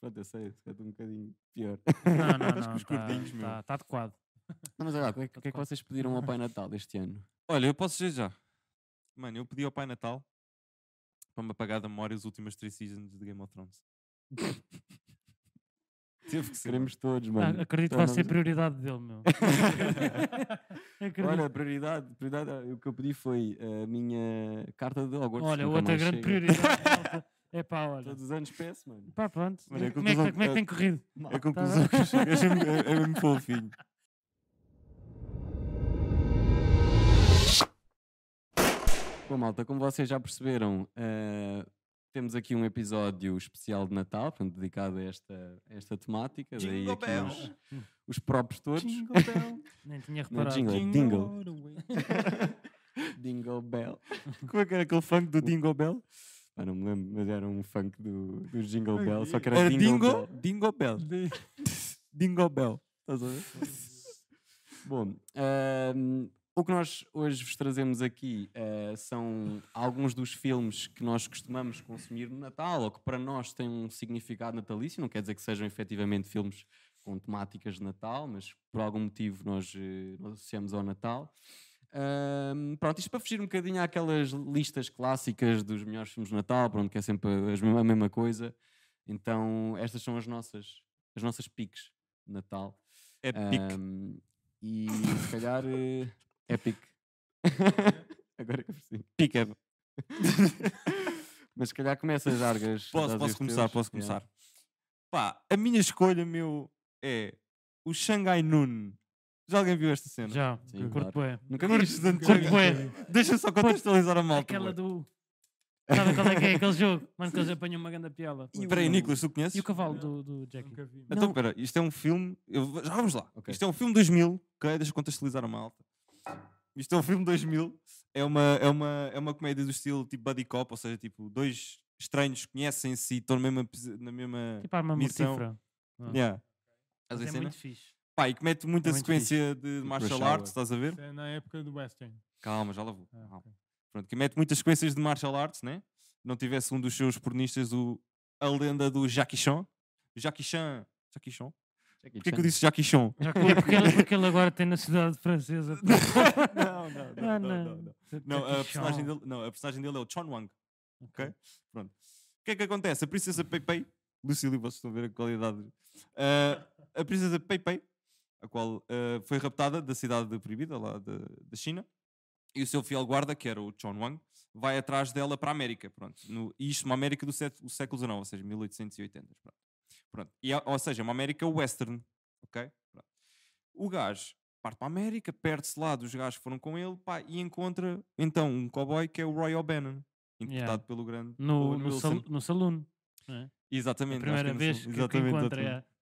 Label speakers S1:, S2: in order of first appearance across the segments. S1: Pronto, eu sei, se calhar estou um bocadinho pior.
S2: Não, não,
S1: Acho que
S2: não.
S1: os gordinhos, meu.
S2: Está adequado.
S1: Não, mas agora, o que, é que- o que é que vocês pediram ao Pai Natal este ano?
S3: Olha, eu posso dizer já. Mano, eu pedi ao Pai Natal para me apagar da memória as últimas três seasons de Game of Thrones. Teve que ser. mano.
S1: Queremos todos,
S2: Ah,
S1: mano.
S2: acredito que
S1: então
S2: vai
S1: não-
S2: ser prioridade dele, meu. acredito.
S1: Olha, prioridade, prioridade, ah, o que eu pedi foi a minha carta de Hogwarts.
S2: Olha,
S1: nunca
S2: outra
S1: mais
S2: grande
S1: chega.
S2: prioridade. malta. É pá, olha.
S1: Todos os anos peço, mano.
S2: Pá, pronto.
S3: Olha, a
S2: como, é que,
S3: conclusão-
S2: como é que
S3: a-
S2: tem corrido?
S3: A
S2: Tá bem.
S3: conclusão que eu chego é mesmo- é é mesmo fofinho.
S1: Bom, malta, como vocês já perceberam, eh, temos aqui um episódio especial de Natal, portanto, dedicado a esta, a esta temática. Daí
S3: Jingle
S1: aqui
S3: bell.
S1: os, os próprios todos.
S2: Nem tinha
S1: Não é
S2: reparado.
S1: jingle, é
S3: Jingle
S1: dingle.
S3: all the way.
S1: Dingle Bell.
S3: Como é que era aquele funk do Dingo Bell?
S1: Ah, não me lembro, mas era um funk do, do Jingle
S3: Ai,
S1: Bell, só que era,
S3: Era
S1: Dingle,
S3: Dingo,
S1: Bell.
S3: Dingo Bell. Dingo Bell. Estás a ver?
S1: Bom, ahm, o que nós hoje vos trazemos aqui ah, são alguns dos filmes que nós costumamos consumir no Natal ou que para nós têm um significado natalício. Não quer dizer que sejam efetivamente filmes com temáticas de Natal, mas por algum motivo nós, eh, nós associamos ao Natal. Ahm, pronto, isto para fugir um bocadinho àquelas listas clássicas dos melhores filmes de Natal, pronto, que é sempre as mesma- a mesma coisa. Então, estas são as nossas, as nossas piques de Natal.
S3: É pique.
S1: Ahm, e se calhar eh, é pique. Agora é que eu percebi.
S3: Pique é.
S1: Mas se calhar começa as argas.
S3: Posso,
S1: dás
S3: posso
S1: os
S3: começar,
S1: teus.
S3: posso
S1: Yeah.
S3: começar. Pá, a minha escolha, meu, é o Shanghai Noon. Já alguém viu esta cena?
S2: Já,
S1: Sim,
S2: curto bué.
S1: Nunca vi isto antes.
S2: Curto bué.
S3: Deixa só contextualizar a malta.
S2: Aquela
S3: bué.
S2: do... Sabe qual é que é aquele jogo? Mano, que eles apanham uma grande piada.
S3: E
S2: bué.
S3: peraí, Nicolas, tu conheces?
S2: E o cavalo do, do Jackie?
S4: Nunca vi.
S3: Então, espera, isto é um filme. eu vou- já vamos lá.
S1: Ok.
S3: Isto é um filme 2000, ok? Deixa eu contextualizar a malta. Isto é um filme 2000, é uma, é uma, é uma comédia do estilo tipo Buddy Cop, ou seja, tipo, dois estranhos conhecem-se e estão na mesma. posi- Na mesma...
S2: Tipo arma
S3: Missão.
S2: mortífera. Ah.
S3: Yeah.
S2: Mas
S3: Estás a ver a
S2: é
S3: cena?
S2: muito fixe.
S3: Pá, e comete muita
S2: É muito
S3: sequência de
S1: Tipo
S3: martial
S1: Rush
S3: arts,
S1: Hour.
S3: estás a ver?
S4: Isso é na época do Western.
S3: Calma, já lá vou.
S4: Ah,
S3: Calma.
S4: ok.
S3: Pronto, que mete muitas sequências de martial arts, né? Não tivesse um dos seus pronistas, o, a lenda do Jackie Chan. Jackie Chan. Jackie Chan?
S1: Jackie
S3: Porquê que
S1: Chan.
S3: eu disse Jackie Chan?
S2: Já que é porque, ele, porque ele agora tem nacionalidade francesa.
S3: não, não,
S2: Ah,
S3: não, não, não, não. Não, a
S2: Jackie
S3: personagem
S2: Chan.
S3: dele, não, a personagem dele é o Chon Wang.
S2: Ok.
S3: Ok? Pronto. O que é que acontece? A princesa Pei Pei, Lucílio, vocês estão a ver a qualidade. Ah, a princesa Pei Pei, a qual ah, foi raptada da cidade de proibida, lá da, da China, e o seu fiel guarda, que era o Chon Wang, vai atrás dela para a América. Pronto. No, e isto uma América do sé- do século XIX, ou seja, 1880. Pronto. Pronto. E, é- ou seja, uma América western. Ok? Pronto. O gajo parte para a América, perde-se lá dos gajos que foram com ele pá, e encontra então um cowboy que é o Roy O'Bannon, interpretado
S2: Yeah.
S3: pelo grande
S2: No,
S3: Owen
S2: no,
S3: Wilson.
S2: sal, no saloon. não é?
S3: Exatamente.
S2: A
S3: acho
S2: primeira
S3: é no
S2: vez
S3: sal-
S2: que, que encontra.
S3: exatamente.
S2: é.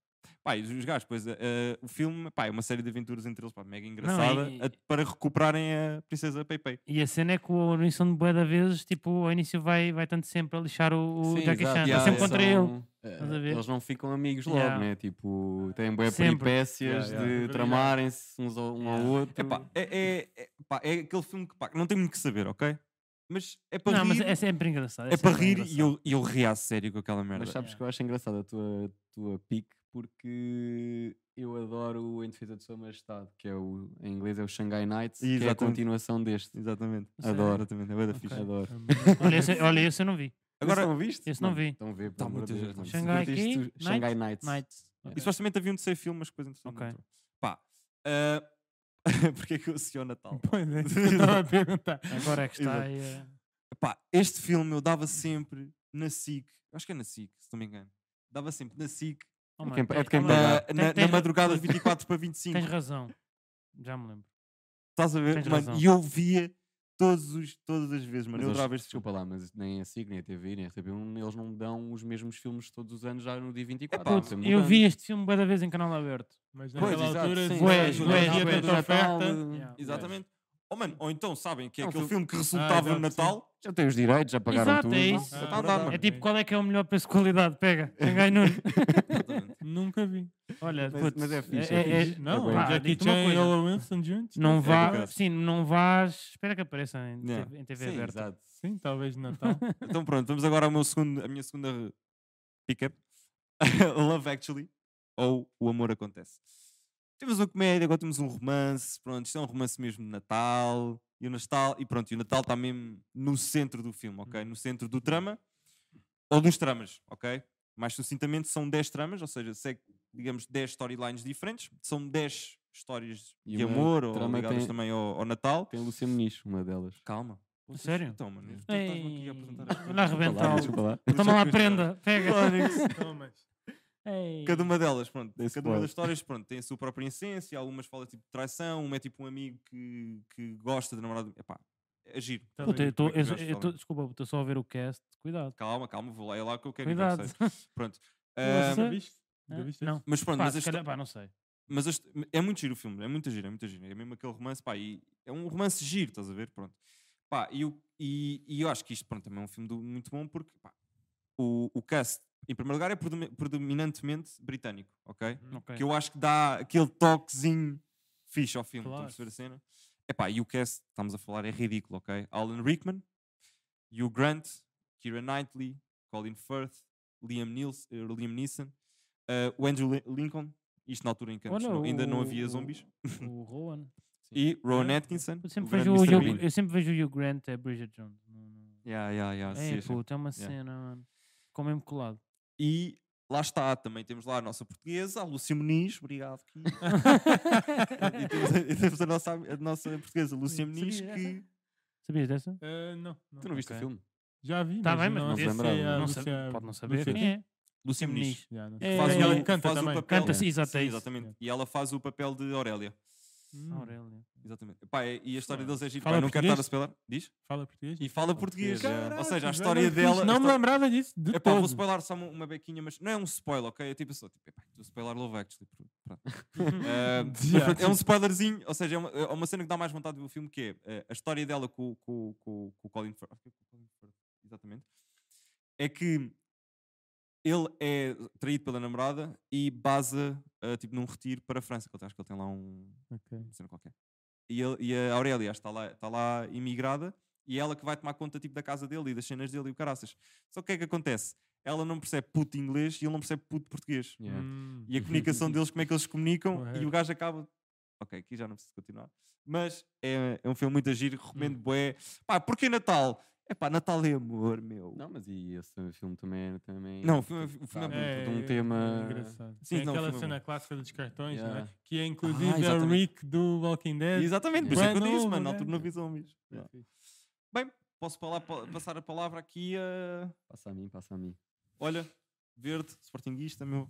S3: Pá, e os gajos, pois, eh, eh, o filme, pá, é uma série de aventuras entre eles, pá, mega engraçada,
S2: e-
S3: a- para recuperarem a princesa Pei Pei.
S2: E a cena é que o Owen Wilson de bué da vezes, tipo, ao início vai, vai tanto sempre a lixar o, o
S1: Sim,
S2: Jackie
S1: exato,
S2: Chan. Está
S3: yeah,
S2: sempre
S3: yeah. É
S2: contra ele.
S1: são, eh,
S2: Estás a ver?
S1: Eles não ficam amigos logo,
S2: Yeah.
S1: né? Tipo, têm boas
S2: Sempre.
S1: peripécias
S4: Yeah, yeah.
S1: de tramarem-se uns ao, um ao
S2: Yeah.
S1: outro.
S3: Epá, é, é, é, pá, é aquele filme que pá, não tem muito que saber, ok? Mas é para
S2: Não, mas
S3: rir,
S2: é sempre engraçado.
S3: é para
S2: sempre
S3: rir
S2: engraçado.
S3: e eu, e eu ri a sério com aquela merda.
S1: Mas sabes
S2: Yeah.
S1: que eu acho engraçada a tua, tua pique porque eu adoro o Em Defesa de Sua Majestade, que é o, em inglês é o Shanghai Nights, que é a
S3: Exatamente.
S1: continuação deste.
S3: Exatamente.
S2: Sério?
S3: Adoro. Exatamente. É bué da
S2: Ok.
S3: fixe.
S1: Adoro.
S2: Olha, esse, olha, esse eu não vi.
S1: Agora,
S3: Agora-
S1: não viste?
S2: esse não
S1: Mano,
S2: vi.
S1: Então vê,
S3: Tá
S1: pelo amor
S3: muito
S1: de Deus,
S3: giro,
S1: mano. Se
S2: Shanghai
S1: curtiste
S2: quê?
S1: o Shanghai Nights.
S2: Nights.
S1: Yeah.
S3: E supostamente havia um terceiro filme, mas depois entretanto
S2: Ok.
S3: não entrou. Pá, ah, porque é que eu associei ao Natal?
S4: Pois é, isso que eu estava a perguntar.
S2: Agora é que está
S3: Exato.
S2: aí. eh,
S3: Pá, este filme eu dava sempre na SIC, acho que é na SIC, se não me engano. Dava sempre na SIC,
S2: oh,
S1: É
S2: mano,
S1: quem- é de
S2: tens-
S1: quem
S2: oh,
S1: paga.
S2: mano,
S3: na,
S2: tens-
S3: na, na
S2: tens-
S3: madrugada de 24 para 25.
S2: Tens razão. Já me lembro.
S3: Estás a ver?
S2: tens
S3: mano,
S2: razão.
S3: e eu via todos os, todas as
S1: Mas
S3: vezes, mano. Eu
S1: eles-
S3: adorava este filme.
S1: desculpa lá, mas nem a SIG, nem a TV, nem é a RTP1, eles não dão os mesmos filmes todos os anos já no dia 24.
S3: Epá,
S1: vão
S3: puto,
S1: sempre
S2: Eu
S1: mudando.
S2: vi este filme bué da vez em canal aberto.
S4: Mas
S1: Pois,
S4: naquela
S1: exato,
S4: altura,
S1: sim.
S4: se
S2: Bué,
S4: não
S2: bué,
S4: havia
S2: bué,
S4: tanta
S2: bué,
S4: oferta.
S2: Yeah.
S3: Exatamente. Oh, mano, ou então sabem que é
S1: É um
S3: aquele filme que
S4: Ah,
S3: resultava
S4: exato,
S3: no
S4: sim.
S3: Natal.
S1: Já tem os direitos, já pagaram
S2: Exato,
S1: tudo.
S2: é isso.
S1: Já
S4: Ah,
S1: tá
S3: pronto,
S1: dado,
S3: olha.
S2: É
S1: mano.
S2: tipo, qual é que é o melhor preço-qualidade? Pega. Xangai Nuno.
S3: É Exatamente.
S4: Nunca vi.
S2: Olha,
S1: Mas-
S2: putz,
S1: mas é fixe,
S2: é-
S1: é
S2: é-
S1: fixe.
S4: Não,
S1: bem.
S2: pá,
S4: Jackie
S2: digo-te uma
S4: Chan e
S2: coisa,
S4: Owen Wilson juntos?
S2: Não
S3: do
S2: vá,
S3: caralho.
S2: sim, não vás. Espera que apareça em,
S3: Yeah.
S2: TV, em TV
S1: Sim,
S2: aberta.
S1: exato.
S4: Sim, talvez tá? de Natal.
S3: Então pronto, vamos agora ao meu segundo, a minha segunda pick-up. Love Actually ou O Amor Acontece. Temos uma comédia, agora temos um romance, pronto, isto é um romance mesmo de Natal. E o Natal, e pronto, e o Natal está mesmo no centro do filme,
S1: Uhum.
S3: ok? No centro do trama, ou dos tramas, ok? Mais sucintamente, são 10 tramas, ou seja, segue, digamos, 10 storylines diferentes. São 10 histórias
S1: E
S3: de
S1: uma
S3: amor, ou
S1: trama
S3: ligadas
S1: tem-
S3: também ao, ao Natal.
S1: Tem a Luciano Nicho, uma delas.
S3: Calma. Vocês-
S2: sério?
S3: Então, mano, tu
S2: Ei,
S3: estás-me aqui a apresentar as
S2: vou lá
S3: coisas.
S1: Desculpa lá,
S2: Então-
S1: desculpa lá.
S2: Toma lá,
S3: Não sei o que eu
S2: prenda, pega.
S4: Tomas.
S2: Ei.
S3: Cada um uma delas, pronto,
S1: Dei
S3: cada uma
S1: spoiler.
S3: das histórias pronto, tem a sua própria essência, algumas falam tipo de traição, uma é tipo um amigo que, que gosta de namorado. Epá, é giro.
S4: Tá
S2: Puta,
S4: bem.
S2: eu tô-
S3: como é que
S2: eu-
S3: nós
S2: eu tô-
S3: falamos?
S2: Desculpa, estou só a ver o cast. Cuidado.
S3: Calma, calma, vou lá, é lá que eu quero ir, não
S2: Cuidado.
S3: sei. Pronto.
S4: Não
S2: sei.
S3: Ah,
S4: sei. viste? Ainda
S2: Hã?
S4: viste
S2: Não.
S3: mas pronto,
S2: Pá,
S3: mas,
S2: se
S3: a histó-
S2: calhar- pá, não sei.
S3: mas a hist- é muito giro o filme, é muito giro, é muito giro. É mesmo aquele romance, pá, e é um romance giro, estás a ver? Pronto. Pá, e, o- e, e eu acho que isto pronto, também é um filme do- muito bom porque pá, o, o cast, em primeiro lugar, é predomi- predominantemente britânico, ok?
S2: Ok.
S3: Hum, que eu acho que dá aquele toquezinho fixe ao filme.
S4: Claro.
S3: Estamos a ver a cena? Epá, e o cast, estamos a falar, é ridículo, ok? Alan Rickman, Hugh Grant, Keira Knightley, Colin Firth, Liam, Nils, eh, Liam Neeson, eh, o Andrew Lin- Lincoln, isto na altura em que antes
S2: Olha,
S3: não- ainda não
S2: Oh, o-
S3: havia zombies,
S2: o- O Rowan.
S3: e Rowan Atkinson,
S2: Eu
S3: o
S2: sempre,
S3: grande
S2: vejo o
S3: Mr.
S2: Hugh,
S3: Bean.
S2: eu sempre vejo o Hugh Grant é Bridget Jones. Não- não-
S3: Yeah, yeah, yeah,
S2: É,
S3: Ah, sim, sim.
S2: puta, é uma
S3: Yeah.
S2: cena, mano. Com o mesmo colado.
S3: E lá está, também temos lá a nossa portuguesa, a Lúcia Muniz, obrigado. Ki. e, temos a, e temos a nossa, a nossa portuguesa, Lúcia Muniz,
S2: Sabia
S3: que...
S2: dessa? Sabias dessa?
S4: Ah, não, não.
S1: Tu não viste o
S2: Ok.
S1: filme?
S4: Já vi.
S2: Tá bem, mas não
S1: se
S4: essa
S1: lembrava.
S4: é a
S2: não sabe,
S4: Lúcia-
S2: pode não saber
S4: Lúcia-
S2: quem é.
S3: Lucia Muniz.
S4: Já, não
S2: É,
S4: sei.
S3: Faz,
S2: é,
S3: o,
S2: ela
S4: canta
S3: faz
S4: também.
S3: o papel.
S2: Canta, sim, exato,
S3: Sim,
S2: é isso.
S3: exatamente. E ela faz o papel de Aurélia.
S4: Hum,
S2: Aurélia.
S3: Exatamente. Pá, e e a história deles é gira.
S4: Fala
S3: Pá, não quero
S4: português?
S3: estar a spoiler. Diz?
S4: Fala português?
S3: E fala português.
S1: português, é.
S3: Ou seja, a
S4: Caracas,
S3: história
S4: olha,
S3: dela.
S4: fixe,
S3: a
S4: Não me
S3: histó-
S4: lembrava disso.
S2: É
S4: De
S3: Epá, vou
S4: todo.
S3: spoiler só uma, uma bequinha, mas não é um spoiler, ok? É tipo só, tipo, epá, tu spoiler Love Actually. pronto, pronto. Ah, mas
S4: Yeah.
S3: pronto, é um spoilerzinho, ou seja, é uma, é uma cena que dá mais vontade de ver o filme, que é eh, a história dela com, com, com, com o Colin Firth. acho que é com o Colin Firth, Exatamente. É que ele é traído pela namorada e baza ah, tipo, num retiro para a França. que ele- Acho que ele tem lá um,
S4: Ok.
S3: uma cena qualquer. E, ele- e a Aurélia está lá, está lá imigrada e é ela que vai tomar conta tipo, da casa dele e das cenas dele e o caraças. Só que o que é que acontece? Ela não percebe puto inglês e ele não percebe puto português.
S1: Yeah.
S4: Hum.
S3: E a comunicação deles, como é que eles se comunicam, e
S4: Correto.
S3: o gajo acaba. Ok, aqui já não preciso continuar. Mas é, é um filme muito agir, recomendo
S4: Hum.
S3: bué. Pá, porquê Natal? É pá, Natal é amor, meu.
S1: Não, mas e esse filme também. também
S3: Não, o filme é- o filme é
S1: sabe,
S3: bonito,
S1: de um tema.
S4: engraçado.
S3: Sim,
S4: é
S3: não,
S4: aquela
S3: filme é
S4: cena
S3: bonito.
S4: clássica dos cartões, não é?
S1: Yeah. Ah,
S4: Que é inclusive o
S3: exatamente.
S4: Rick do Walking Dead.
S3: Exatamente, por isso é
S4: Yeah.
S3: que eu disse,
S4: Bué
S3: mano,
S4: novo,
S3: na altura
S4: né?
S3: não vi zombies. Yeah.
S4: Fixe.
S3: Posso falar- pa- passar a palavra aqui a.
S1: Passa a mim, passa a mim.
S3: Olha, verde, sportinguista, meu.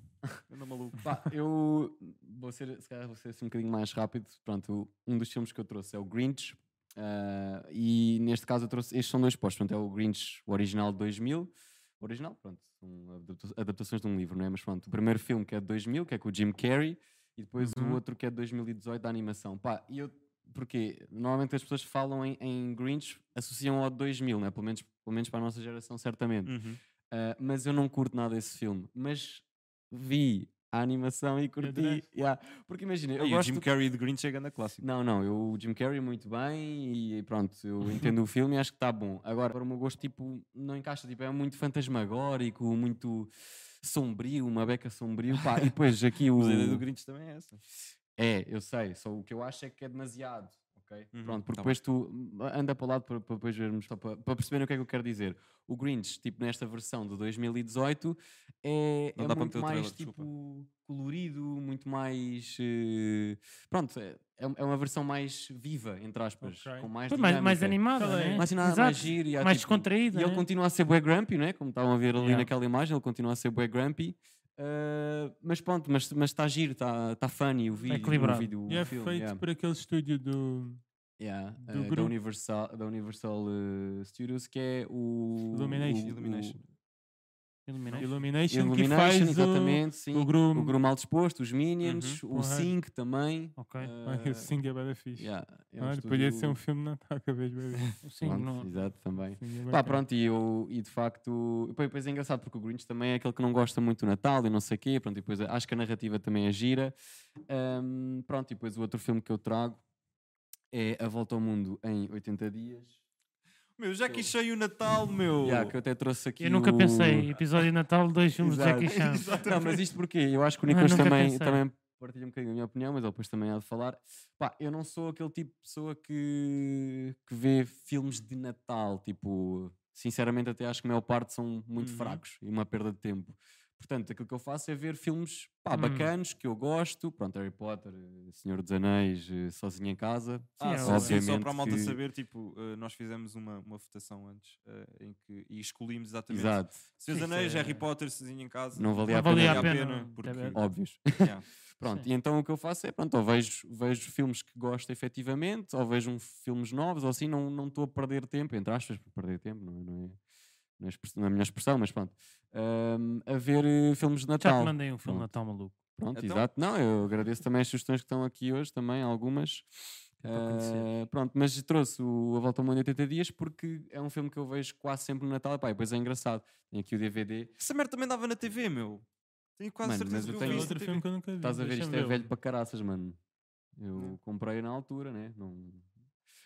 S3: Anda maluco.
S1: Pá, eu vou ser, se calhar vou ser assim um bocadinho mais rápido. Pronto, um dos filmes que eu trouxe é o Grinch. ah, e neste caso eu trouxe, estes são dois postos. Pronto, é o Grinch, o original de 2000. O original, pronto, são adapta- adaptações de um livro, não é? Mas pronto, o primeiro filme que é de 2000, que é com o Jim Carrey. E depois o
S4: Uhum.
S1: outro que é de 2018, da animação. Pá, e eu... Porque normalmente as pessoas falam em, em Grinch, associam ao de 2000, não é? Pelo menos, pelo menos para a nossa geração, certamente. Uh, mas eu não curto nada esse filme. Mas vi a animação e curti.
S4: adoraste?
S1: yeah. Porque imagina, eu
S3: e o
S1: gosto.
S3: Jim Carrey de Green chega na clássico.
S1: Não, não, eu, o Jim Carrey é muito bem e pronto, eu entendo o filme e acho que está bom. Agora, para o meu gosto, tipo, não encaixa, tipo, é muito fantasmagórico, muito sombrio, uma beca sombrio. Pá. E depois aqui o.
S3: Mas a ideia do Grinch também é essa.
S1: É, eu sei, só o que eu acho é que é demasiado, ok?
S3: Uhum,
S1: Pronto, porque
S3: tá bem.
S1: depois tu hum, anda para o lado para, para depois vermos, só para, para perceberem o que é que eu quero dizer. O Grinch, tipo, nesta versão de 2018, é,
S3: Não
S1: é
S3: dá para
S1: muito
S3: meter o trailer,
S1: mais,
S3: desculpa.
S1: tipo, colorido, muito mais... eh, pronto, é, é um- é uma versão mais viva, entre aspas,
S4: Ok.
S1: com mais
S2: Pois, mais, mais
S1: dinâmica,
S2: animada,
S4: Qual é?
S2: né?
S1: Mais assim, nada, mais
S2: Exato.
S1: giro. E há,
S2: Mais
S1: tipo,
S2: descontraída,
S1: E ele
S2: né?
S1: continua a ser bué grumpy, não é? Como estavam a ver ali
S2: Yeah.
S1: naquela imagem, ele continua a ser bué grumpy. eh, mas pronto, mas está giro, está tá funny o vídeo.
S2: equilibrado.
S1: O vídeo
S4: E é
S1: o filme,
S4: feito
S1: yeah.
S4: por aquele estúdio do
S1: Yeah,
S4: do
S1: eh, da
S4: grupo.
S1: Universal, da Universal eh, Studios, que é o.
S4: Illumination.
S1: o-
S3: Illumination.
S2: Iluminado.
S4: Illumination, que
S1: Illumination,
S4: faz o,
S1: exatamente, sim.
S4: o
S1: O,
S4: Grum.
S1: Gru Mal Disposto, os Minions, o
S4: Porra.
S1: Sync também.
S2: Ok.
S4: Olha,
S1: eh,
S4: o Sing é bada fixe.
S1: yeah, é um
S4: Olha, podia ser um
S1: estúdio-
S4: filme de Natal que eu vejo bué vezes.
S2: Sim,
S1: é, pronto,
S2: não-
S1: Exato, também.
S4: Sing é
S1: Pá,
S4: bacana.
S1: Tá, pronto, e, eu, e de facto, e depois, depois é engraçado porque o Grinch também é aquele que não gosta muito do Natal e não sei o quê, pronto, e depois acho que a narrativa também é gira. Ahm, pronto, e depois o outro filme que eu trago é A Volta ao Mundo em 80 Dias.
S3: Meu, já que cheio o Natal, meu.
S1: Yeah, que eu até trouxe aqui.
S2: Eu nunca
S1: o-
S2: pensei, episódio de Natal, dois filmes de Jackie Chan.
S1: Não, mas isto porque eu acho que o
S2: Não,
S1: Nicolas
S2: nunca
S1: também,
S2: pensei.
S1: também partilha um bocadinho a minha opinião, mas ele depois também há de falar. Pá, eu não sou aquele tipo de pessoa que, que vê filmes de Natal. Tipo, sinceramente, até acho que a maior parte são muito
S3: Uhum.
S1: fracos e uma perda de tempo. Portanto, aquilo que eu faço é ver filmes pá,
S2: Hum.
S1: bacanos que eu gosto. Pronto, Harry Potter, eh, Senhor dos Anéis, eh, Sozinho em Casa.
S2: Sim,
S3: Ah, sim,
S2: é
S3: sim, só
S1: obviamente
S3: para a malta
S1: que-
S3: saber, tipo, eh, nós fizemos uma, uma votação antes eh, em que, e escolhimos exatamente
S1: Exato,
S3: Senhor dos
S2: Sim,
S3: Anéis,
S2: sim.
S3: Harry Potter, sozinho em casa.
S1: Não valia a
S2: é- Não valia
S1: pena.
S2: a pena,
S3: porque,
S2: deve-
S1: óbvios.
S3: yeah.
S1: Pronto,
S2: Sim.
S1: e então o que eu faço é, pronto, ou vejo, vejo filmes que gosto efetivamente, ou vejo um- filmes novos, ou assim, não não estou a perder tempo, entre aspas, porque perder tempo, não é, não é, não é, express- não é a minha expressão, mas pronto, Ahm, a ver eh, filmes de
S2: Já
S1: Natal.
S2: te mandei um filme de
S1: Pronto.
S2: Natal maluco.
S1: Pronto,
S3: Então-
S1: exato. Não, eu agradeço também as sugestões que estão aqui hoje, também algumas.
S2: É para conhecer.
S1: Ah, pronto, mas trouxe o A Volta ao Mundo em 80 Dias porque é um filme que eu vejo quase sempre no Natal. E pá, e depois é engraçado. Tem aqui o DVD.
S3: Essa merda também dava na TV, meu. Tenho quase
S1: Mano, mas
S3: certeza
S1: eu
S3: que eu
S1: tenho
S3: vi
S4: É
S3: isso
S4: outro
S3: na TV.
S4: filme que eu nunca vi.
S1: Estás a ver, isto
S4: deixa-me um.
S1: é
S4: vê-lo.
S1: velho para caraças, mano. Eu comprei na altura, né? Não...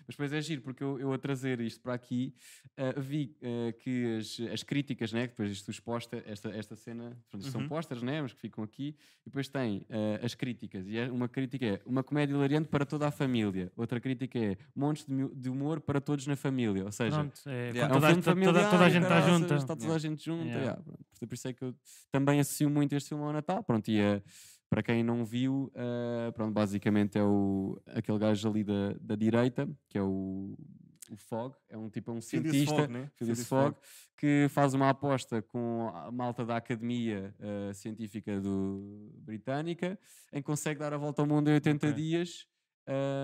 S1: Mas depois é giro, porque eu, eu a trazer isto para aqui ah, vi ah, que as, as críticas, né? Que depois isto exposta, esta, esta cena, pronto, isto
S3: Uhum.
S1: são postas, né? Mas que ficam aqui. E depois tem ah, as críticas. E é- uma crítica é uma comédia hilariante para toda a família. Outra crítica é montes de, mu- de humor para todos na família. Ou seja,
S2: Pronto, é,
S3: Yeah.
S2: quando
S1: é um
S2: toda,
S1: filme
S2: toda- toda-
S1: familiar
S2: toda a
S1: e
S2: gente está
S1: caraças,
S2: junta.
S1: Está toda a gente junta.
S2: Yeah.
S1: yeah, pronto. Por isso é que eu também associo muito este filme ao Natal. Pronto, e eh, para quem não viu, eh, pronto, basicamente é o, aquele gajo ali da, da direita, que é o, o Fogg, é um tipo é um
S3: Phileas
S1: cientista.
S3: Fogg, né?
S1: Phileas Fogg, que faz uma aposta com a malta da Academia eh, Científica do, Britânica em que consegue dar a volta ao mundo em 80
S4: Ok.
S1: dias.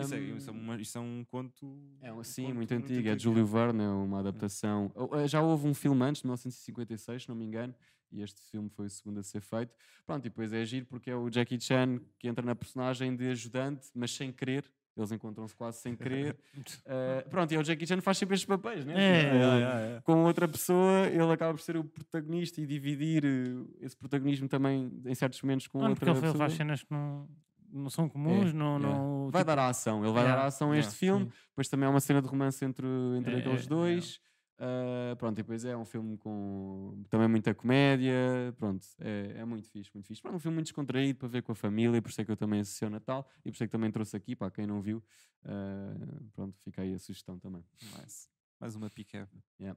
S3: Isso é,
S1: ehm,
S3: isso é uma- isso é um conto.
S1: é,
S3: um
S1: um- sim,
S3: conto
S1: muito antigo. É de
S3: yeah.
S1: Júlio Verne, é uma adaptação. Oh, eh, Já houve um filme antes, de 1956, se não me engano, e este filme foi o segundo a ser feito. Pronto, e depois é giro porque é o Jackie Chan que entra na personagem de ajudante, mas sem querer. Eles encontram-se quase sem querer. Eh, pronto, e é o Jackie Chan que faz sempre estes papéis, né?
S2: É.
S1: Tipo,
S3: Yeah, yeah, yeah.
S1: Com outra pessoa, ele acaba por ser o protagonista e dividir eh, esse protagonismo também em certos momentos com
S2: Mano, Ah, porque
S1: outra
S2: ele ele
S1: pessoa.
S2: faz cenas que não, não são comuns, não,
S1: yeah.
S2: não
S1: Vai
S2: tipo,
S1: dar a ação, ele vai dar
S2: Yeah,
S1: a ação a
S3: yeah,
S1: este filme. Depois também há uma cena de romance entre, entre
S2: É,
S1: aqueles
S2: é,
S1: dois. Ah, pronto, e depois é um filme com também muita comédia. Pronto, é, é muito fixe, muito fixe. Pronto, um filme muito descontraído para ver com a família. Por isso é que eu também associo ao Natal e por isso é que também trouxe aqui para quem não viu. ah, pronto, fica aí a sugestão também.
S3: Nice. Mais uma pick-up.
S1: Yeah.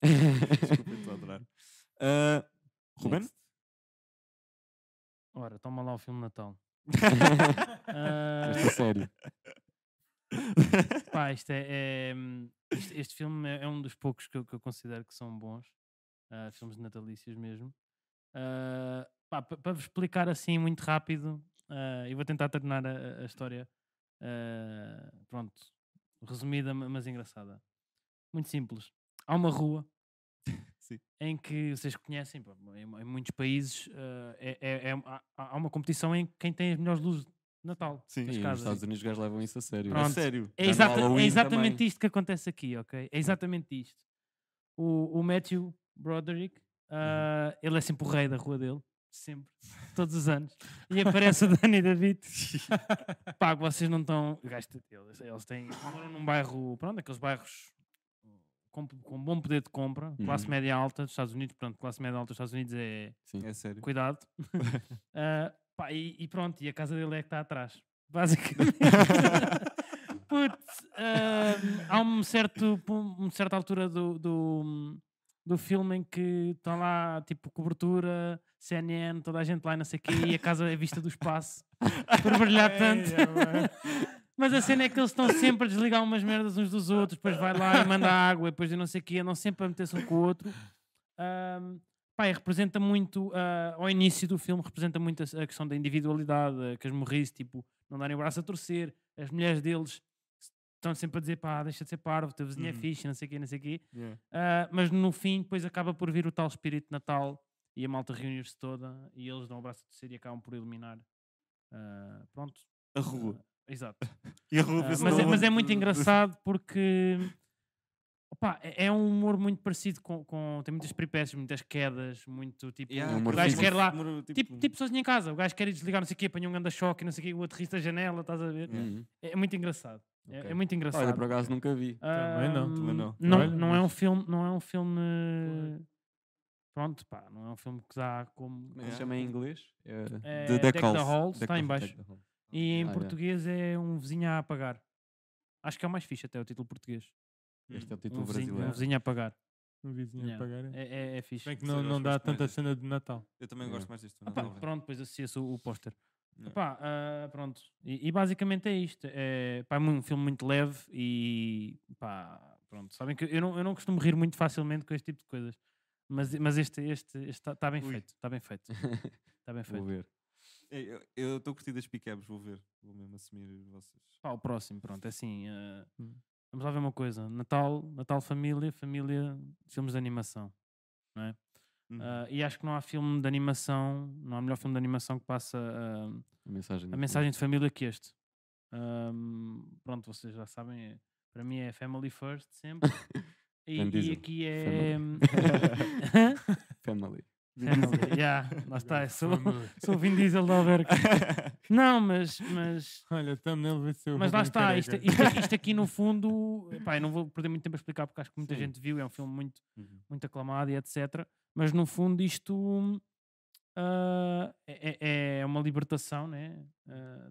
S3: Desculpa, estou a adorar. Ah, Ruben?
S1: Next.
S2: Ora, toma lá o filme de
S1: Esta
S2: Natal.
S1: é
S2: Ah,
S1: série.
S2: pá, isto é, é, hum, isto- este filme é, é um dos poucos que eu, que eu considero que são bons, ah, filmes natalícios mesmo. Ah, pá, pa- para vos explicar assim muito rápido, ah, e vou tentar terminar a, a- a história, ah, pronto, resumida ma- mas engraçada. Muito simples. Há uma rua
S3: Sim.
S2: em que vocês conhecem, pá, em, em muitos países ah, é, é- é- há, há uma competição em quem tem as melhores luzes de Natal.
S3: Sim,
S2: das
S1: E nos
S2: casas.
S1: Estados Unidos os gajos levam isso a sério.
S3: A
S2: Pronto.
S3: sério.
S2: É,
S1: Já no
S2: exata- é
S1: Halloween
S2: exatamente
S1: também.
S2: isto que acontece aqui, ok? É exatamente isto. O, o Matthew Broderick,
S1: Uhum.
S2: ah, ele é sempre o rei da rua dele, sempre, todos os anos. E aparece o Danny David. Pá, que vocês não estão. Gasta eles, eles têm. Moram num bairro, pronto, aqueles bairros com, com bom poder de compra, classe
S1: Uhum.
S2: média alta dos Estados Unidos, pronto, classe média alta dos Estados Unidos é
S1: Sim.
S3: É sério.
S2: cuidado. Ah, pá, e, e pronto, e a casa dele é que está atrás, basicamente. Putz, ah, há um certo, pu- uma certa altura do, do, do filme em que estão lá, tipo, cobertura, CNN, toda a gente lá, e não sei o quê, e a casa é vista do espaço, por brilhar
S4: É,
S2: tanto. é, Mas a cena é que eles estão sempre a desligar umas merdas uns dos outros, depois vai lá e manda água, e depois de não sei o quê, andam sempre a meter-se um com o outro. Ahm, pá, e representa muito, ah, ao início do filme, representa muito a, a questão da individualidade, ah, que as morris, tipo, não darem o braço a torcer, as mulheres deles estão sempre a dizer, pá, deixa de ser parvo, teu vizinho é
S3: Uhum.
S2: fixe, não sei o quê, não sei o quê.
S3: Yeah.
S2: Ah, mas no fim, depois acaba por vir o tal espírito de Natal e a malta reunir-se toda e eles dão o braço a torcer e acabam por eliminar. Ah, pronto.
S3: A rua.
S2: Ah, exato.
S3: E a rua
S2: Ah,
S3: pensa
S2: mas,
S3: na
S2: é, mas é
S3: outra.
S2: muito engraçado porque opá, é é um humor muito parecido com, com- tem muitas peripécias, muitas quedas, muito tipo
S3: Yeah,
S1: um
S2: o
S1: humor
S2: gajo
S1: físico.
S2: quer lá
S3: humor,
S2: tipo, tipo sozinho em um casa, o gajo quer ir desligar não sei o quê, apanha um ganda choque e não sei o quê, o outro ri da janela, estás a ver?
S1: Uhum.
S2: É muito engraçado. É- É,
S1: Ok.
S2: muito engraçado.
S1: Olha, por acaso nunca vi.
S4: Também não,
S2: Ahm,
S3: também não.
S2: Não,
S4: Olha,
S2: não é
S4: mas-
S2: um filme, não é um filme. Pronto, pá, não é um filme que dá como.
S1: Como é que
S3: É.
S1: se chama em inglês? É,
S2: É,
S3: The Deck Halls.
S2: Halls,
S3: Deck
S2: está em
S3: Halls,
S2: baixo.
S3: Deck Halls.
S2: E em
S1: Olha.
S2: português é um vizinho a apagar. Acho que é o mais fixe até o título português.
S1: Este é o
S2: Um
S1: título
S2: vizinho, um
S1: brasileiro.
S2: vizinho a apagar.
S4: Um vizinho
S2: Yeah.
S4: a pagar. é?
S2: É, é, é fixe.
S4: Bem que
S3: Isso
S4: não,
S3: eu
S4: não
S3: gosto muito
S4: dá
S3: mais
S2: é.
S4: tanta
S3: deste.
S4: cena de Natal.
S3: Eu também
S1: É.
S3: gosto mais deste.
S2: Ah,
S3: filme,
S2: pá,
S3: talvez.
S2: pronto, depois associa-se o, o póster.
S3: Yeah.
S2: Epá, ah, pronto. E, e basicamente é isto. É, pá, é um filme muito leve e pá, pronto. Sabem que eu não, eu não costumo rir muito facilmente com este tipo de coisas. Mas, mas este está este, tá- tá bem
S3: Ui.
S2: feito. Está bem feito. Está bem
S1: Vou
S2: feito.
S1: ver.
S3: Ei, É, eu- Eu estou curtindo as picabs, vou ver. Vou mesmo assumir vocês.
S2: Pá, o próximo, pronto, é assim. ah,
S4: Hum.
S2: Vamos lá ver uma coisa. Natal, Natal Família, Família, filmes de animação.
S3: Uhum.
S2: Ah, e acho que não há filme de animação, não há melhor filme de animação que passa ah,
S1: A mensagem.
S2: a
S1: do
S2: mensagem de família que este. Ahm, pronto, vocês já sabem, é- para mim é Family First sempre. E,
S1: Vin
S2: e
S1: Diesel,
S2: aqui é.
S1: Family.
S2: Tá family, yeah, lá está,
S4: Agora,
S2: eu sou,
S4: por amor.
S2: sou o Vin Diesel do Albergue. Não, mas, mas
S4: Olha, thumbnail vai ser o
S2: mas lá
S4: Ruben
S2: está, isto,
S4: Careca.
S2: isto- isto aqui no fundo, pá, eu não vou perder muito tempo a explicar porque acho que muita gente viu, é um filme muito,
S3: Uhum.
S2: muito aclamado e etc. Mas no fundo isto hum, ah, é, é- é uma libertação né? ah,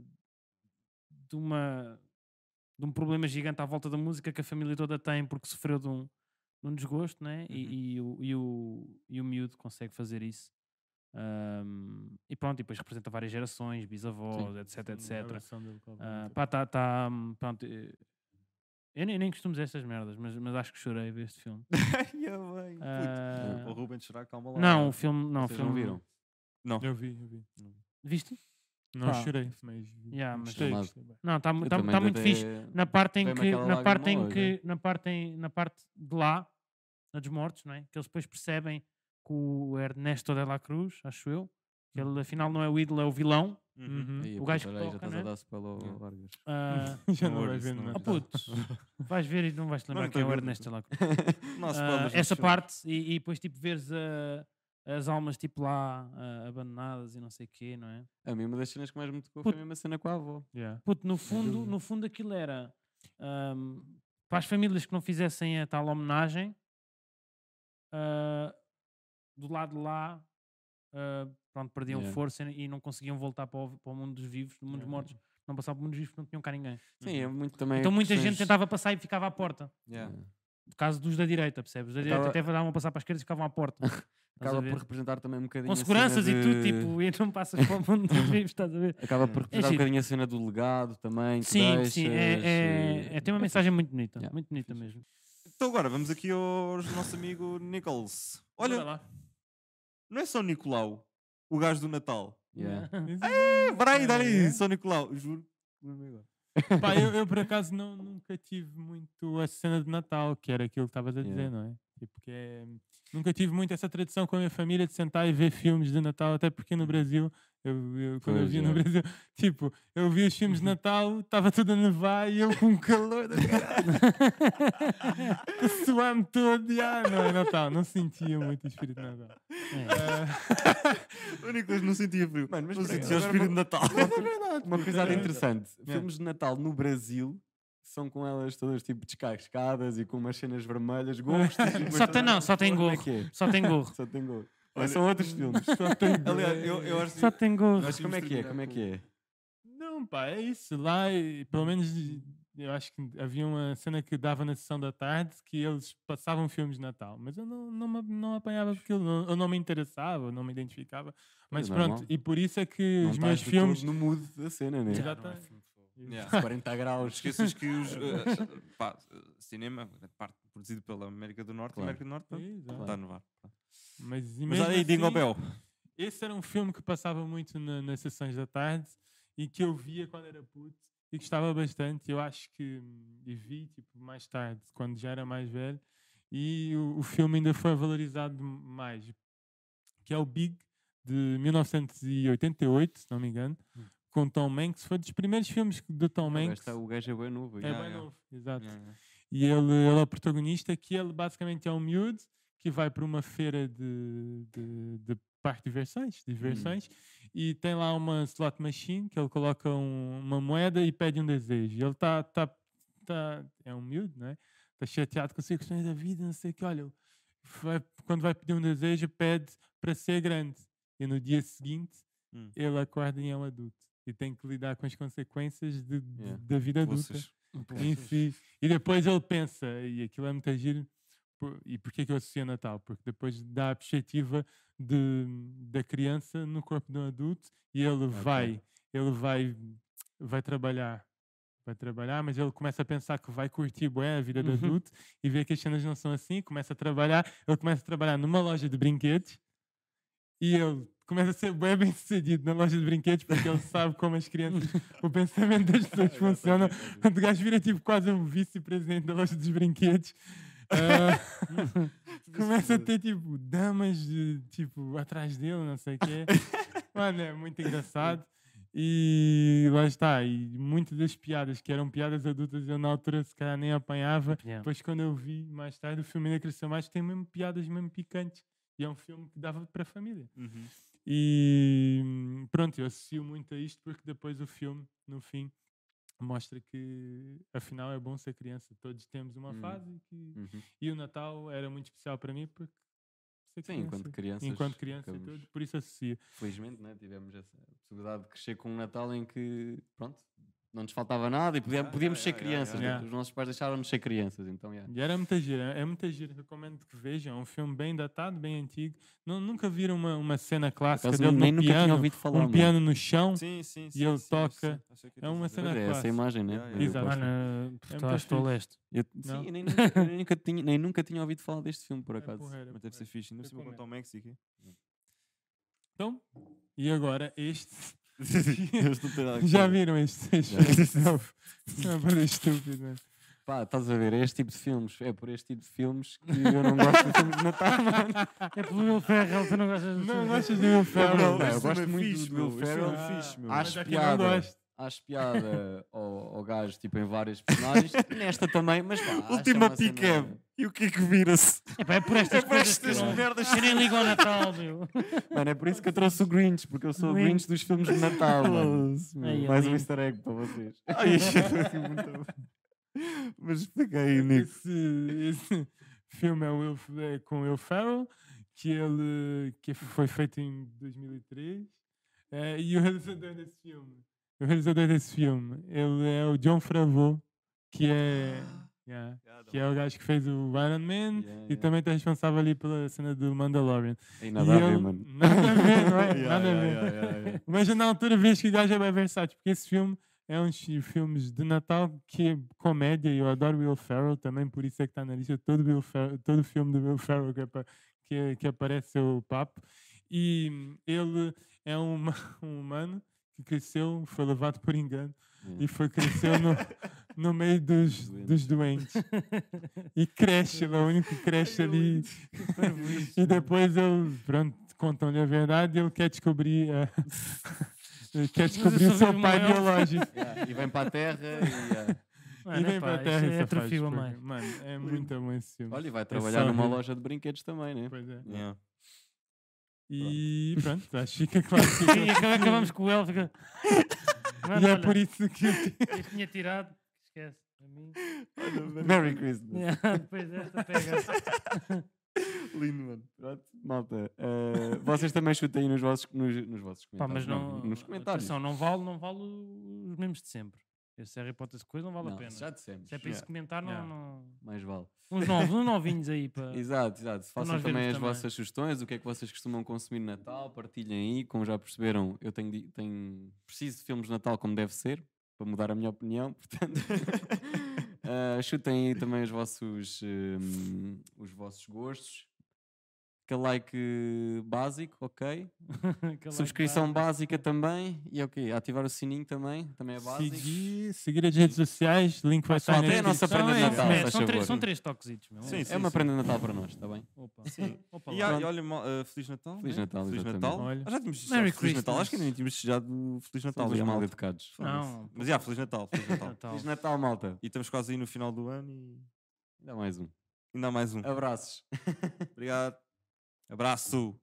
S2: de, uma, de um problema gigante à volta da música que a família toda tem porque sofreu de um, de um desgosto né? e, e o, e, o, e o miúdo consegue fazer isso. Ahm, e pronto, e depois representa várias gerações, bisavós, etc,
S4: Hum, é
S2: etc.
S4: Abração dele, é?
S2: Ah,
S4: provavelmente.
S2: pá, tá, tá, hum, pronto, eh, eu nem, nem costumo dizer estas merdas, mas, mas acho que chorei a ver este filme.
S3: Ai, eu bem, puto.
S2: Ah,
S3: O Ruben chorar, calma lá.
S2: não, o filme. Não, o
S1: Vocês
S2: filme
S1: não viram?
S3: Não.
S4: Eu vi, eu vi.
S2: Viste?
S4: Não
S2: Pá.
S4: chorei, mas vi.
S2: Yeah, mas-
S4: gostei,
S1: Chamado.
S4: gostei bem.
S2: Não, está
S1: Eu
S2: tá,
S1: também
S2: tá muito
S1: ainda
S2: fixe.
S1: até-
S2: Na parte em
S1: dei-me
S2: que.
S1: aquela
S2: Na parte em
S1: lágrima
S2: que.
S1: hoje,
S2: Na parte, em, na parte de lá, na dos mortos, não é? Que eles depois percebem que o Ernesto de la Cruz, acho eu, que
S1: Hum.
S2: ele afinal não é o ídolo, é o vilão.
S3: Uhum.
S4: Uhum.
S1: Aí,
S2: O
S1: puto,
S2: gajo
S1: olha
S2: que
S1: aí, já
S2: toca,
S1: estás
S2: né?
S1: a dar spoiler ao
S3: Yeah.
S1: Vargas.
S2: Ah,
S4: Já
S3: Não
S4: não é Ah, vais
S3: olhes,
S4: ver
S3: não
S4: nada.
S2: oh, puto, vais ver e não vais te
S3: Não,
S2: lembrar
S3: não
S2: quem é
S3: tô
S2: o
S3: gordo.
S2: Ernesto de la Cruz.
S3: Não há
S2: Ah,
S3: spoilers neste
S2: essa
S3: filme.
S2: parte e, e depois tipo veres ah, as almas tipo lá ah, abandonadas e não sei o quê, não é?
S1: A mesma das cenas que mais me tocou
S2: Puto.
S1: foi a mesma cena com a avó.
S4: Yeah.
S2: Puto, no fundo,
S4: dúvida.
S2: no fundo aquilo era ahm, para as famílias que não fizessem a tal homenagem ah, do lado de lá ah, pronto, perdiam
S1: Yeah.
S2: força e não conseguiam voltar para o, para o mundo dos vivos, do mundo dos
S4: Yeah.
S2: mortos. Não passavam para o mundo dos vivos porque não tinham cá ninguém.
S1: Sim, é muito também.
S2: Então muita gente
S1: questões-
S2: tentava passar e ficava à porta.
S3: Yeah.
S2: No caso dos da direita, percebes? Os da direita
S1: Acaba-
S2: até davam a passar para a esquerda e ficavam à porta. Estás a
S1: Acaba
S2: ver?
S1: por representar também um bocadinho.
S2: com
S1: a cena
S2: seguranças e tudo,
S1: de-
S2: tipo, e não passas para o mundo dos vivos, estás a ver?
S1: Acaba por representar um
S2: giro.
S1: bocadinho a cena do legado também. que
S2: Sim, sim,
S1: deixas,
S2: é, é,
S1: eh,
S2: é- tem uma mensagem muito bonita,
S1: Yeah,
S2: muito bonita mesmo.
S3: Então agora vamos aqui ao nosso amigo Nichols.
S2: Bora
S3: Olha,
S2: lá.
S3: não é São Nicolau, o gajo do Natal.
S2: né?
S1: yeah.
S3: É, para aí, dá aí,
S4: É.
S3: São Nicolau. Juro. lembrei agora.
S4: Pá, eu, eu por acaso não, nunca tive muito a cena de Natal, que era aquilo que estavas a dizer,
S1: Yeah.
S4: não é? Tipo, que é- Nunca tive muito essa tradição com a minha família de sentar e ver filmes de Natal, até porque no Brasil, eu, eu- quando
S1: Pois
S4: eu
S1: Uhum.
S4: via
S1: é.
S4: no Brasil, tipo, eu via os filmes de Natal, estava tudo a nevar e eu com calor da suando todo e ah, não é Natal, não sentia muito o espírito de Natal.
S2: É.
S3: O Nicolas não sentia frio. Mano, mas não
S4: por
S3: sentia o
S1: acaso-
S3: espírito de Natal.
S1: Uma coisa
S2: É.
S1: interessante.
S4: Yeah.
S1: Filmes de Natal no Brasil são com elas todas tipo descascadas e com umas cenas vermelhas, gorros. tipo,
S2: É. Só tem, não, só tem
S1: como é
S2: gorro.
S1: que é?
S2: Só tem gorro.
S1: Só tem gorro.
S3: Olha-
S1: São outros filmes.
S4: Só tenho-
S3: Aliás, eu, eu acho que.
S2: Só tem gorro.
S1: Mas como é que é? Como é que é?
S4: Não, pá, é isso. Lá, e, pelo menos, e- eu acho que havia uma cena que dava na sessão da tarde que eles passavam filmes de Natal, mas eu não, não, me- não apanhava porque eu não, eu não me interessava, eu não me identificava. Mas pronto,
S1: normal.
S4: e por isso é que
S1: Não
S4: os
S1: estás
S4: meus
S1: de todo
S4: filmes.
S1: no mood da cena, né?
S2: Já não é
S4: Exatamente.
S3: Yeah.
S1: 40 graus.
S3: Esqueças que os. eh, pá, eh, cinema, grande parte produzido pela América do Norte,
S1: Claro.
S3: América do Norte, pronto,
S4: Exato.
S3: está a nevar.
S4: é, Mas, e
S3: Mas
S4: mesmo
S3: olha aí, Dingo
S4: assim,
S3: Bell.
S4: Esse era um filme que passava muito na- nas sessões da tarde e que eu via quando era puto e gostava bastante. Eu acho que hum, e vi tipo, mais tarde, quando já era mais velho, e o, o filme ainda foi valorizado m- mais, que é o Big de 1988, se não me engano, com Tom Hanks. Foi dos primeiros filmes de Tom
S1: O gajo
S4: Hanks.
S1: Hum. está- O gajo é bem novo.
S4: É
S1: yeah.
S3: Yeah,
S4: bem
S3: yeah.
S4: novo, exato.
S3: Yeah, yeah.
S4: E ele, ele é o protagonista, que ele basicamente é um miúdo que vai para uma feira de, de, de parque de diversões,
S3: Hum.
S4: de diversões e tem lá uma slot machine que ele coloca um- uma moeda e pede um desejo. Ele está tá tá, é um miúdo, não é? Está chateado com as suas questões da vida, não sei o que. Olha, vai- quando vai pedir um desejo, pede para ser grande. E no dia seguinte,
S3: Hum.
S4: ele acorda e é um adulto. E tem que lidar com as consequências de- de-
S3: Yeah.
S4: da vida adulta
S3: É. Vocês.
S4: em si. E depois ele pensa, e aquilo é muito giro, por- e porquê que eu associo a Natal? Porque depois dá a perspectiva de, da criança no corpo de um adulto e ele vai, ele vai, vai trabalhar. Vai trabalhar, mas ele começa a pensar que vai curtir bué a vida do
S2: Uhum.
S4: adulto e vê que as cenas não são assim, começa a trabalhar, ele começa a trabalhar numa loja de brinquedos e ele começa a ser bué bem sucedido na loja de brinquedos porque ele sabe como as crianças, o pensamento das pessoas funciona o gajo vira tipo quase um vice-presidente da loja dos brinquedos. Ah, começa a ter tipo damas eh, tipo, atrás dele, não sei o quê. Mano, é muito engraçado. E lá está. E muitas das piadas que eram piadas adultas eu na altura se calhar nem apanhava.
S2: Yeah.
S4: Depois, quando eu vi mais tarde, o filme ainda cresceu mais, tem mesmo piadas mesmo picantes. E é um filme que dava para a família.
S3: Uhum.
S4: E hum, pronto, eu associo muito a isto porque depois o filme, no fim, mostra que afinal é bom ser criança. Todos temos uma
S1: Hum.
S4: fase que...
S1: Uhum.
S4: e o Natal era muito especial para mim porque ser
S1: Sim, enquanto
S4: criança.
S1: crianças.
S4: Enquanto criança e
S1: ficamos-
S4: tudo, por isso associo.
S1: Felizmente, né, tivemos essa possibilidade de crescer com um Natal em que, pronto, não nos faltava nada e podia-
S4: Ah,
S3: Yeah,
S1: podíamos
S3: yeah,
S1: ser
S3: yeah, yeah,
S1: crianças.
S4: yeah.
S1: né?
S4: Yeah.
S1: Os nossos pais deixaram-nos ser crianças, então, yeah.
S4: E era muita gira, é muita gira, recomendo que vejam. É um filme bem datado, bem antigo. Não, nunca viram uma, uma cena clássica
S1: Acaso
S4: dele
S1: nem
S4: no
S1: nunca tinha
S4: um piano,
S1: ouvido falar. né?
S4: um
S1: mano.
S4: piano no chão.
S3: Sim, sim, sim. sim,
S4: ele
S3: acho que
S4: toca.
S3: sim, acho que
S4: É uma
S3: disse.
S4: cena
S1: Pois é, essa
S4: clássica.
S1: imagem, né?
S3: Yeah, yeah.
S1: Eu
S4: Exato.
S1: gosto.
S2: Mano,
S3: É um
S2: tu estou
S4: muito
S2: a
S4: fixe.
S2: leste.
S1: Eu-
S4: Não.
S1: sim, eu nem, nunca, eu nem nunca tinha, nem nunca tinha ouvido falar deste filme, por
S4: É
S1: acaso.
S4: porreiro, é
S3: Mas deve ser
S4: porreiro.
S3: fixe. Ainda por cima com o Tom Hanks e aqui.
S4: Então, e agora este.
S3: Eles não têm nada a
S4: Já
S3: ver.
S4: viram este? este
S1: Já.
S4: é uma coisa estúpida.
S1: Pá, estás a ver, é este tipo de filmes, é por este tipo de filmes que eu não gosto de filmes de Natal, mano.
S2: É pelo Will Ferrell, tu não gostas de É
S4: Não
S2: filmes
S4: gostas de
S2: dele?
S3: Não,
S4: Will
S1: Não,
S4: Ferrell?
S1: não, eu
S3: este filme
S1: gosto
S3: é
S1: muito
S3: fixe,
S1: do Will
S3: meu, este filme é
S4: Ferrell.
S3: fixe, meu.
S1: Acho
S4: Mas é que eu não
S1: piada,
S4: gosto.
S1: acho piada ao, ao gajo, tipo, em várias personagens. Nesta também, mas pá, acho que é
S3: Última
S1: uma
S3: pick
S1: cena-
S3: E o que é que vira-se?
S2: É pá, é por estas
S3: É por
S2: coisas que
S3: estas
S2: eu não-
S3: merdas.
S2: Eu nem ligo ao Natal, meu.
S1: Mano, é por isso que eu trouxe o Grinch, porque eu sou o Grinch dos filmes de Natal, mano.
S2: Ai,
S1: Mais um
S2: lindo.
S1: easter egg para vocês.
S3: Ai, achei assim muito bom. Mas explica aí, Nico.
S4: Esse, esse filme é, o Will, F- é com o Will Ferrell, que, ele, que foi feito em 2003. eh, e o realizador desse filme, o realizador desse filme, ele é o John Favreau, que é, yeah, que é o gajo que fez o Iron Man
S1: Yeah,
S4: e
S1: yeah.
S4: também está responsável ali pela cena do Mandalorian.
S1: Aí
S4: E
S1: nada a ver,
S4: ele-
S1: mano.
S4: Nada a ver, não é?
S3: Yeah,
S4: nada a
S3: yeah,
S4: ver.
S3: yeah, yeah, yeah.
S4: Mas eu na altura vejo que o gajo é bem versátil, porque esse filme é um dos filmes de Natal que é comédia, e eu adoro Will Ferrell também, por isso é que está na lista todo, Will Ferrell, todo filme do Will Ferrell que, apa- que, que aparece o papo. E hum, ele é um, huma- um humano que cresceu, foi levado por engano, e foi cresceu no, no meio dos
S1: Doente.
S4: dos doentes. E cresce, ele é o único que cresce ali. E depois eu, pronto, contam-lhe a verdade, ele quer descobrir, a- ele quer descobrir o
S2: sou
S4: seu
S2: mesmo
S4: pai
S2: eu.
S4: biológico.
S1: Yeah, E vem para a terra e. yeah.
S2: Mano,
S4: e vem
S2: epá,
S4: para a terra
S2: isso
S4: e
S2: é atrofio a mais.
S4: Mano, é muito bom esse filme.
S1: Olha, e vai
S4: É só
S1: trabalhar numa
S4: horrível.
S1: loja de brinquedos também, né?
S4: Pois é.
S3: Yeah.
S4: E pronto, acho que fica claro. que
S2: E acaba- acabamos com o Will. Fica...
S4: E
S2: Mano,
S4: é
S2: olha,
S4: por isso que.
S2: Eu tinha tirado. Esquece. Para mim.
S4: é.
S1: Merry Christmas.
S2: Depois desta
S1: então,
S2: pega.
S1: Lindo, mano. Pronto, malta. eh, vocês também chutem nos vossos, nos, nos vossos
S2: Pá,
S1: comentários.
S2: mas não.
S1: Nos comentários.
S2: Atenção, não vale, não vale os mesmos de sempre. Esse Harry Potter de coisa não vale a
S1: Não,
S2: pena.
S1: Já dissemos.
S2: Se é para isso
S1: Yeah.
S2: comentar, não,
S4: Yeah.
S2: não-
S1: Mais vale.
S2: Uns novos, uns novinhos aí para.
S1: Exato, exato. Façam
S2: Então, nós
S1: também
S2: vermos
S1: as
S2: também.
S1: vossas sugestões, o que é que vocês costumam consumir no Natal, partilhem aí. Como já perceberam, eu tenho, di- tenho preciso de filmes de Natal como deve ser, para mudar a minha opinião, portanto. ah, chutem aí também os vossos, hum, os vossos gostos. Aquele like eh, básico, ok?
S2: aquela
S1: Subscrição
S2: guarda.
S1: básica também. E é o quê? Ativar o sininho também. Também é básico.
S4: Seguir, seguir as redes sociais, link vai estar
S1: Pessoal,
S4: na
S1: até a nossa
S4: descrição,
S1: prenda de
S4: é isso
S1: Natal,
S4: mesmo.
S2: Mas
S1: faz
S2: São três,
S1: favor.
S2: são três toquezitos, meu.
S3: Sim,
S1: é
S3: sim,
S1: uma
S3: sim.
S1: prenda de Natal para nós, está bem?
S2: Opa.
S3: Sim.
S2: Opa
S3: E,
S2: lá.
S3: ah, e olha, mo- ah, Feliz Natal.
S1: Feliz
S3: né?
S1: Natal,
S3: Feliz
S1: exatamente.
S3: Natal.
S4: Olha.
S3: Ah, já tínhamos
S2: Merry
S3: desejado Feliz Natal.
S2: Christmas.
S3: Acho que ainda não tínhamos desejado Feliz Natal.
S1: Somos
S3: já,
S1: mal
S3: malta.
S1: educados.
S3: Foda-se.
S2: Não,
S3: Mas já, Feliz Natal. Feliz Natal.
S2: Natal.
S1: Feliz Natal, malta.
S3: E estamos quase aí no final do ano e
S1: Dá mais um.
S3: ainda há mais um.
S1: Abraços.
S3: Obrigado. Abraço.